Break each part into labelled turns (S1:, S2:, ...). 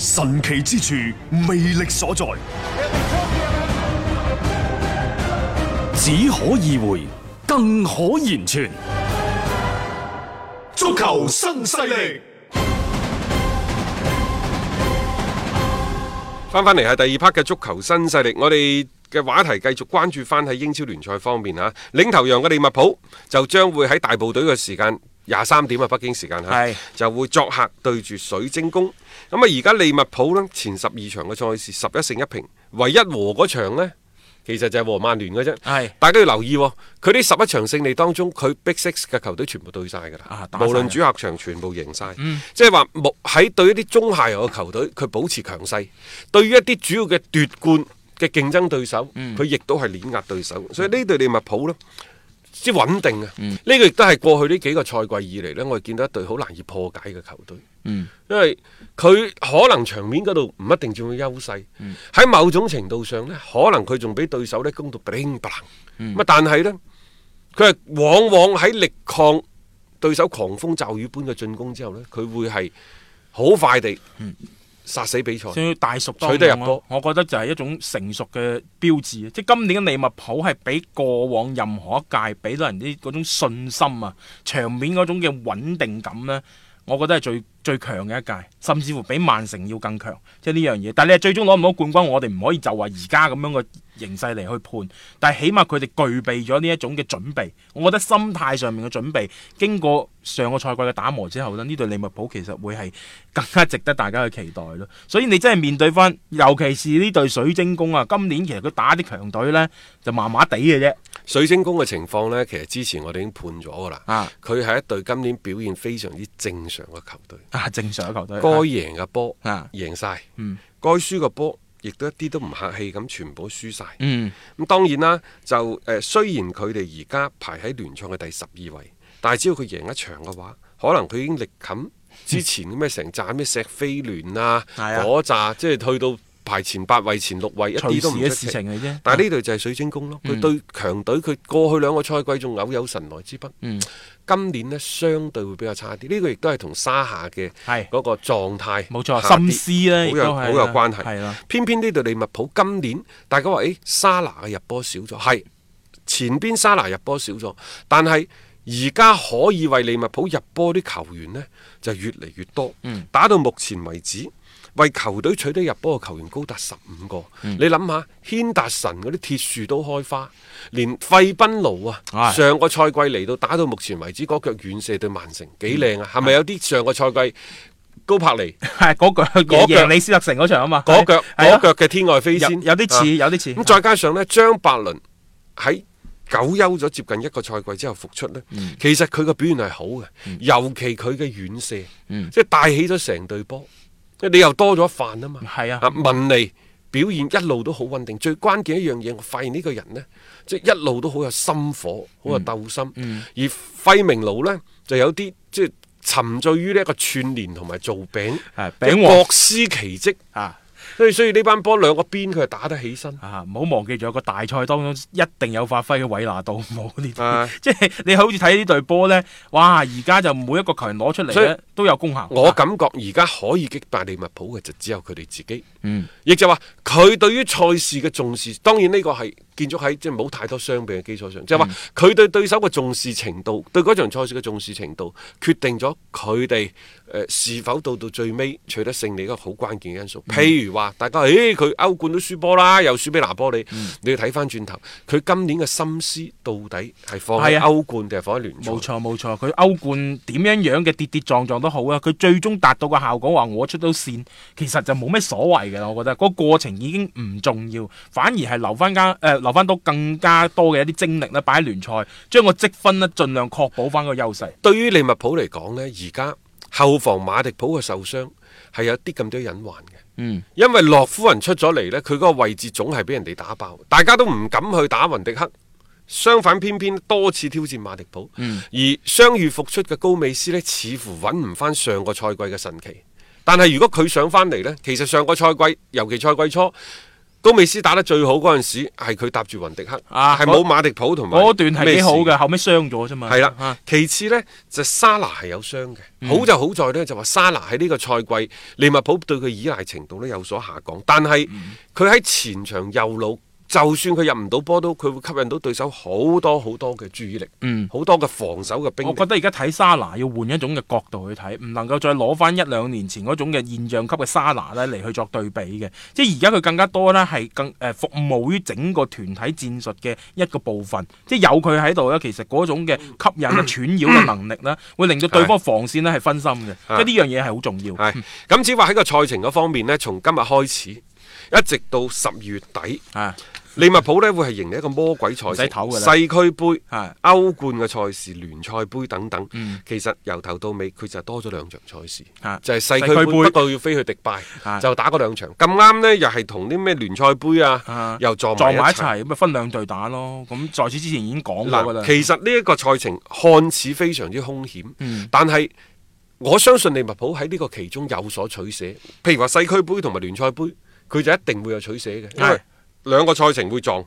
S1: 神奇之處，魅力所在，
S2: 只可意會，更可言傳。
S3: 足球新勢力，
S4: 翻翻嚟係第二 part 嘅足球新勢力，我哋嘅話題繼續關注翻喺英超聯賽方面嚇，領頭羊嘅利物浦就將會喺大部隊嘅時間廿三點啊，北京時間嚇
S5: 係，
S4: 就會作客對住水晶宮。咁啊，而家利物浦呢，前十二場嘅賽事十一勝一平，唯一和嗰場呢，其實就係和曼聯嘅啫。
S5: 係
S4: 大家要留意喎，佢呢十一場勝利當中，佢 Big Six 嘅球隊全部對晒㗎啦
S5: 啊，打晒嗯
S4: 無論
S5: 啦
S4: 主客場全部贏晒，即係話冇喺對一啲中下游嘅球隊，佢保持強勢；對於一啲主要嘅奪冠嘅競爭對手，
S5: 嗯
S4: 佢亦都係碾壓對手。所以呢隊利物浦呢，之穩定啊！呢個亦都係過去呢幾個賽季以嚟呢，我哋見到一隊好難以破解嘅球隊。因為佢可能場面嗰度唔一定佔到優勢，喺某種程度上呢，可能佢仲俾對手呢攻到 bling bling。咁啊，但係呢，佢係往往喺力抗對手狂風驟雨般嘅進攻之後呢，佢會係好快地殺死比賽。
S5: 仲要大熟當
S4: 取得入
S5: 用
S4: 波
S5: 咯，我覺得就係一種成熟嘅標誌。啊即係今年嘅利物浦係比過往任何一屆俾到人啲嗰種信心啊，場面嗰種嘅穩定感呢，我覺得係最最強嘅一屆，甚至乎比曼城要更強。即係呢樣嘢，但係你係最終攞唔到冠軍，我哋唔可以就話而家咁樣嘅形勢嚟去判。但係起碼佢哋具備咗呢一種嘅準備，我覺得心態上面嘅準備，經過上個賽季嘅打磨之後呢，呢隊利物浦其實會係更加值得大家去期待咯。 所以你真係面對翻，尤其是呢隊水晶宮啊，今年其實佢打啲強隊呢，就麻麻地嘅啫。
S4: 水晶宮嘅情況呢，其實之前我哋已經判咗㗎啦。
S5: 啊
S4: 佢係一隊今年表現非常之正常嘅球隊，
S5: 啊，正常嘅球隊。
S4: 該贏嘅波
S5: 啊
S4: 贏晒，
S5: 嗯
S4: 該輸嘅波亦都一啲都唔客氣咁，全部都輸晒。
S5: 嗯
S4: 咁當然啦，就誒、呃、雖然佢哋而家排喺聯賽嘅第十二位，但係只要佢贏一場嘅話，可能佢已經力冚之前咩成扎咩石飛聯啊
S5: 係啊
S4: 嗰扎，即係去到排前八位、前六位一
S5: 隨
S4: 啲都唔出
S5: 時嘅
S4: 奇
S5: 事情嚟啫 嗯
S4: 但係呢隊就係水晶宮咯，佢、對強隊，佢過去兩個賽季仲偶有神來之筆。
S5: 嗯
S4: 今年呢，相對會比較差啲，呢、個亦都係同沙下嘅
S5: 係
S4: 嗰個狀態
S5: 冇錯
S4: 下跌
S5: 心思呢
S4: 好
S5: 亦
S4: 有
S5: 都係
S4: 好有
S5: 啦
S4: 關係。
S5: 係啦
S4: 偏偏呢隊利物浦今年大家話，誒沙拿嘅入波少咗，係前邊沙拿入波少咗，但係而家可以為利物浦入波啲球員呢，就越嚟越多。
S5: 嗯
S4: 打到目前為止，為球隊取得入波嘅球員高
S5: 嗯
S4: 達十五個。你諗下，軒達臣嗰啲鐵樹都開花，連費賓奴啊，
S5: 唉
S4: 上個賽季嚟到打到目前為止，嗰腳遠射對曼城幾靚啊！係
S5: 嗯
S4: 咪有啲上個賽季高柏尼？
S5: 係嗰腳
S4: 嗰腳
S5: 贏李斯特城嗰場啊嘛，
S4: 嗰腳
S5: 係啊
S4: 嗰腳嘅天外飛
S5: 有
S4: 仙，
S5: 有啲似
S4: 啊
S5: 有啲似
S4: 咁再加上呢，張伯倫喺久休咗接近一個賽季之後復出呢，
S5: 嗯
S4: 其實佢嘅表現係好嘅，尤其佢嘅遠射，
S5: 嗯
S4: 即係帶起咗成隊波。你又多咗一飯啊嘛，
S5: 係啊
S4: 文尼表現一路都好穩定，最關鍵一樣嘢，我發現呢個人呢，即係一路都好有心火，好
S5: 嗯
S4: 有鬥心。而費明奴呢，就有啲即係沉醉於呢一個串連同埋做餅，
S5: 係
S4: 即係
S5: 餅王
S4: 各司其職。
S5: 啊。
S4: 所以所以呢班波兩個邊佢係打得起身。
S5: 啊！唔好忘記，仲有個大賽當中一定有發揮嘅韋拿杜姆呢
S4: 啊
S5: 啲， 即係你好似睇呢隊波呢，哇！而家就每一個球員攞出嚟
S4: 所以
S5: 咧都有功效。
S4: 我感覺而家可以擊敗利物浦嘅就只有佢哋自己。
S5: 嗯，
S4: 亦就話佢對於賽事嘅重視，當然呢個係建築喺即係冇太多傷病嘅基礎上，即
S5: 嗯
S4: 係話佢對對手嘅重視程度，對嗰場賽事嘅重視程度，決定咗佢哋誒是否到到最尾取得勝利一個好關鍵嘅因素。
S5: 嗯
S4: 譬如話，大家誒佢歐冠都輸波啦，又輸俾拿波利，
S5: 嗯
S4: 你要睇翻轉頭，佢今年嘅心思到底係放喺
S5: 係啊
S4: 歐冠定係放喺聯賽？
S5: 冇錯冇錯，佢歐冠點樣樣嘅跌跌撞撞都好啊啦，佢最終達到個效果話我出到線，其實就冇咩所謂嘅啦。我覺得個過程已經唔重要，反而係留翻加
S4: 嗯
S5: 誒留翻到更加多嘅一啲精力咧，擺喺聯賽，將個積分咧盡量確保翻個優勢。
S4: 對於利物浦嚟講呢，而家後防馬迪普嘅受傷係有啲咁多隱患嘅。
S5: 嗯，
S4: 因為洛夫人出咗嚟呢，佢嗰個位置總係俾人哋打爆，大家都唔敢去打雲迪克。相反，偏偏多次挑戰馬迪普，
S5: 嗯
S4: 而傷愈復出嘅高美斯呢，似乎揾唔翻上個賽季嘅神奇。但係如果佢上翻嚟呢，其實上個賽季，尤其賽季初，高美斯打得最好嗰陣時，係佢搭住雲迪克，
S5: 啊
S4: 係冇、馬迪普同埋
S5: 嗰段係幾好
S4: 咩事
S5: 嘅，後尾傷咗啫嘛。
S4: 係啦
S5: 啊，，嗯
S4: 其次呢，就沙拿係有傷嘅，好就好在呢，就話沙拿喺呢個賽季利物浦對佢依賴程度呢有所下降，但係
S5: 嗯
S4: 佢喺前場右路，就算佢入唔到波都，佢會吸引到對手好多好多嘅注意力，好、多嘅防守嘅兵
S5: 嗯我
S4: 力
S5: 覺。得而家睇沙拿要換一種嘅角度去睇，唔能夠再攞翻一兩年前嗰種嘅現象級嘅沙拿咧嚟去作對比嘅。即係而家佢更加多咧係更誒、呃服務於整個團體戰術嘅一個部分。即係有佢喺度咧，其實嗰種嘅吸引 嘅串擾嘅能力咧，會令到對方防線咧係分心嘅。
S4: 係
S5: 即係呢樣嘢係好重要。
S4: 係咁，只話喺個賽程嗰方面呢，從今日開始一直到十二月底，
S5: 啊，
S4: 利物浦呢會係迎嚟一個魔鬼賽
S5: 唔
S4: 程
S5: 使唞，㗎啦
S4: 世俱杯
S5: 係、
S4: 啊歐冠嘅賽事、聯賽杯等等。
S5: 嗯
S4: 其實由頭到尾佢就多咗兩場賽事
S5: 係，
S4: 就係世俱
S5: 啊世俱
S4: 杯，
S5: 杯啊
S4: 不過要飛去迪拜
S5: 係
S4: 就打嗰兩場。咁啱呢，又係同啲咩聯賽杯啊
S5: 啊，
S4: 又撞
S5: 撞埋
S4: 埋
S5: 一
S4: 一齊。
S5: 齊咁咪分兩隊打咯。咁在此之前已經講過㗎啦
S4: 嗱，。其實呢一個賽程看似非常之兇險，但係我相信利物浦喺呢個其中有所取捨。譬如話世俱杯同埋聯賽杯，佢就一定會有取捨嘅，因為
S5: 係
S4: 兩個賽程會撞。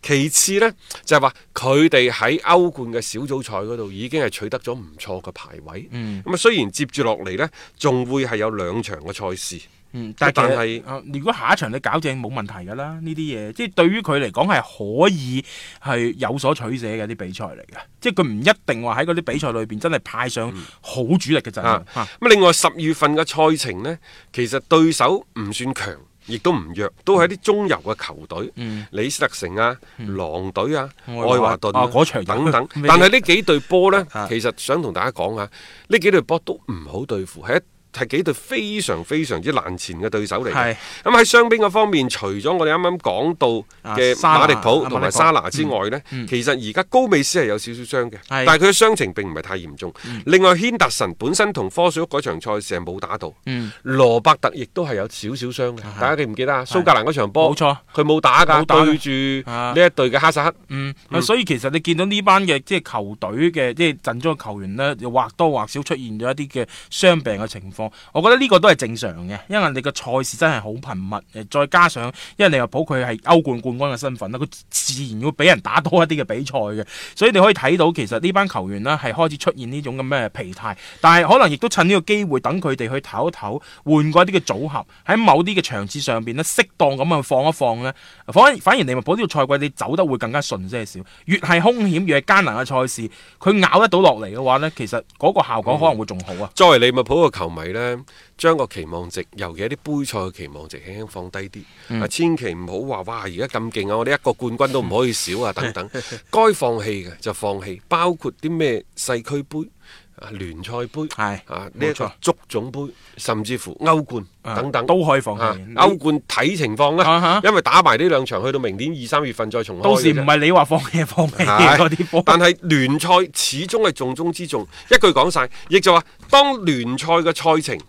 S4: 其次呢，就係話佢哋喺歐冠嘅小組賽嗰度已經係取得咗唔錯嘅排位。咁啊、
S5: 嗯
S4: 雖然接住落嚟呢，仲會係有兩場嘅賽事。
S5: 嗯，但
S4: 但
S5: 係
S4: 係
S5: 其實啊如果下一場你搞正冇問題㗎啦，呢啲嘢即係對於佢嚟講係可以係有所取捨嘅啲比賽嚟嘅，即係佢唔一定話喺嗰啲比賽裏邊真係派上好主力嘅陣
S4: 啊
S5: 容。嗯啊，
S4: 咁另外十月份嘅賽程呢，其實對手唔算強，亦都唔弱，都係一啲中游嘅球隊，李斯特城啊、狼隊啊、
S5: 愛
S4: 愛華
S5: 華
S4: 頓
S5: 啊嗰場
S4: 等 等。
S5: 咩
S4: 但係呢幾隊波呢，
S5: 啊
S4: 其實想同大家講下，呢幾隊波都唔好對付，係一係幾隊非常非常之難纏嘅對手嚟嘅
S5: 係。
S4: 咁喺傷兵嗰方面，除咗我哋啱啱講到
S5: 啊
S4: 嘅
S5: 沙拿
S4: 馬迪普同
S5: 啊馬
S4: 埋
S5: 迪普
S4: 沙拿之外呢，其實而家高美斯係有少少傷嘅，但
S5: 嗯係嗯
S4: 係佢嘅傷情並唔係太嚴重。另外，軒達臣本身同科水屋嗰場賽事係冇打到，
S5: 嗯
S4: 羅伯特亦都係有少少傷嘅。大家記唔記得啊？蘇格蘭嗰場波，
S5: 冇錯
S4: 佢冇打㗎，
S5: 冇打
S4: 對
S5: 嘅
S4: 住
S5: 啊
S4: 呢一隊嘅哈薩克。
S5: 嗯，所以其實你見到呢班嘅即係球隊嘅即係陣中嘅球員呢，又或多或少出現咗一啲嘅傷病嘅情況。我覺得呢個都係正常嘅，因為你個賽事真係好頻密，誒再加上因為利物浦佢係歐冠冠軍嘅身份啦，佢自然會俾人打多一啲嘅比賽嘅，所以你可以睇到其實呢班球員呢係開始出現呢種咁嘅疲態，但係可能亦都趁呢個機會等佢哋去唞一唞，換過一啲嘅組合喺某啲嘅場次上邊呢，適當咁去放一放呢。反而反而利物浦呢個賽季你走得會更加順些少，越係兇險越係艱難嘅賽事，佢咬得到落嚟嘅話呢，其實嗰個效果可能會仲好啊。
S4: 作為利物浦嘅球迷呢，將個期望值，尤其一啲杯賽嘅期望值，輕輕放低啲。啊、
S5: 嗯
S4: 千祈唔好話哇！而家咁勁啊，我哋一個冠軍都唔可以少啊，等 等。該放棄嘅就放棄，包括啲咩世俱杯、啊聯賽杯、
S5: 係
S4: 啊呢一
S5: 冇
S4: 個
S5: 錯
S4: 足總杯，甚至乎歐冠
S5: 啊
S4: 等等
S5: 都可以放棄
S4: 啊
S5: 你
S4: 歐冠睇情況
S5: 啊
S4: 啦
S5: 哈，
S4: 因為打埋呢兩場，去到明年二三月份再重開嘅啫。
S5: 到時唔係你話放棄放棄
S4: 係
S5: 嗰啲波，
S4: 但係聯賽始終係重中之重。一句講晒，亦就話當聯賽嘅賽程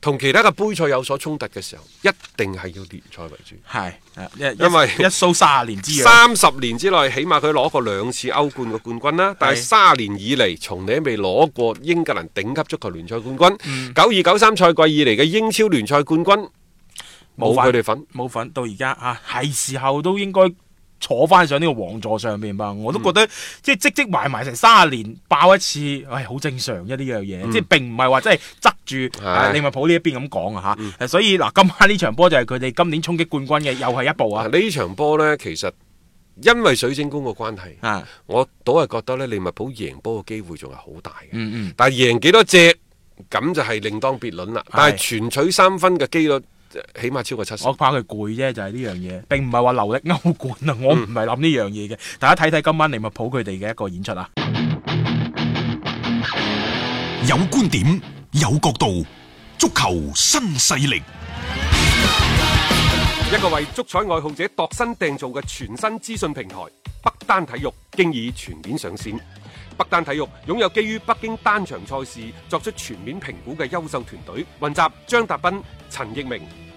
S4: 同其他嘅杯賽有所衝突嘅時候，一定係要聯賽為主。
S5: 係
S4: 因
S5: 因
S4: 為
S5: 一掃卅年之癢。
S4: 三十年之內，起碼佢攞過兩次歐冠嘅冠軍啦。但係三年以嚟，從嚟都未攞過英格蘭頂級足球聯賽冠軍。九二九三賽季以嚟嘅英超聯賽冠軍冇佢哋份。
S5: 冇份到而家嚇，係、時候都應該坐翻上呢個王座上面吧。
S4: 嗯
S5: 我都覺得、即係積積埋埋成三十年爆一次，唉、好正常啫呢樣嘢，即係並唔係話真係側住
S4: 嗯係嗯
S5: 啊利物浦呢一邊咁講啊嚇。所以嗱，今晚呢場波就係佢哋今年衝擊冠軍嘅又係一步
S4: 啊
S5: 啊！
S4: 呢場波呢，其實因為水晶宮嘅關係。
S5: 啊，
S4: 我倒係覺得咧，利物浦贏波嘅機會仲係好大嘅。
S5: 嗯嗯
S4: 但係贏幾多隻咁就係另當別論啦。但係全取三分嘅機率，呃起碼超過七成
S5: 我。怕佢攰啫，就係呢樣嘢，並唔係話留力歐冠啊，我
S4: 嗯
S5: 唔係諗呢樣嘢嘅。大家睇睇今晚利物浦佢哋嘅一個演出啊！
S3: 有觀點，有角度，足球新勢力。
S4: 一個為足彩愛好者度身訂造嘅全新資訊平台北單體育，經已全面上線。北單體育擁有基於北京單場賽事作出全面評估嘅優秀團隊，雲集張達斌、陳奕明、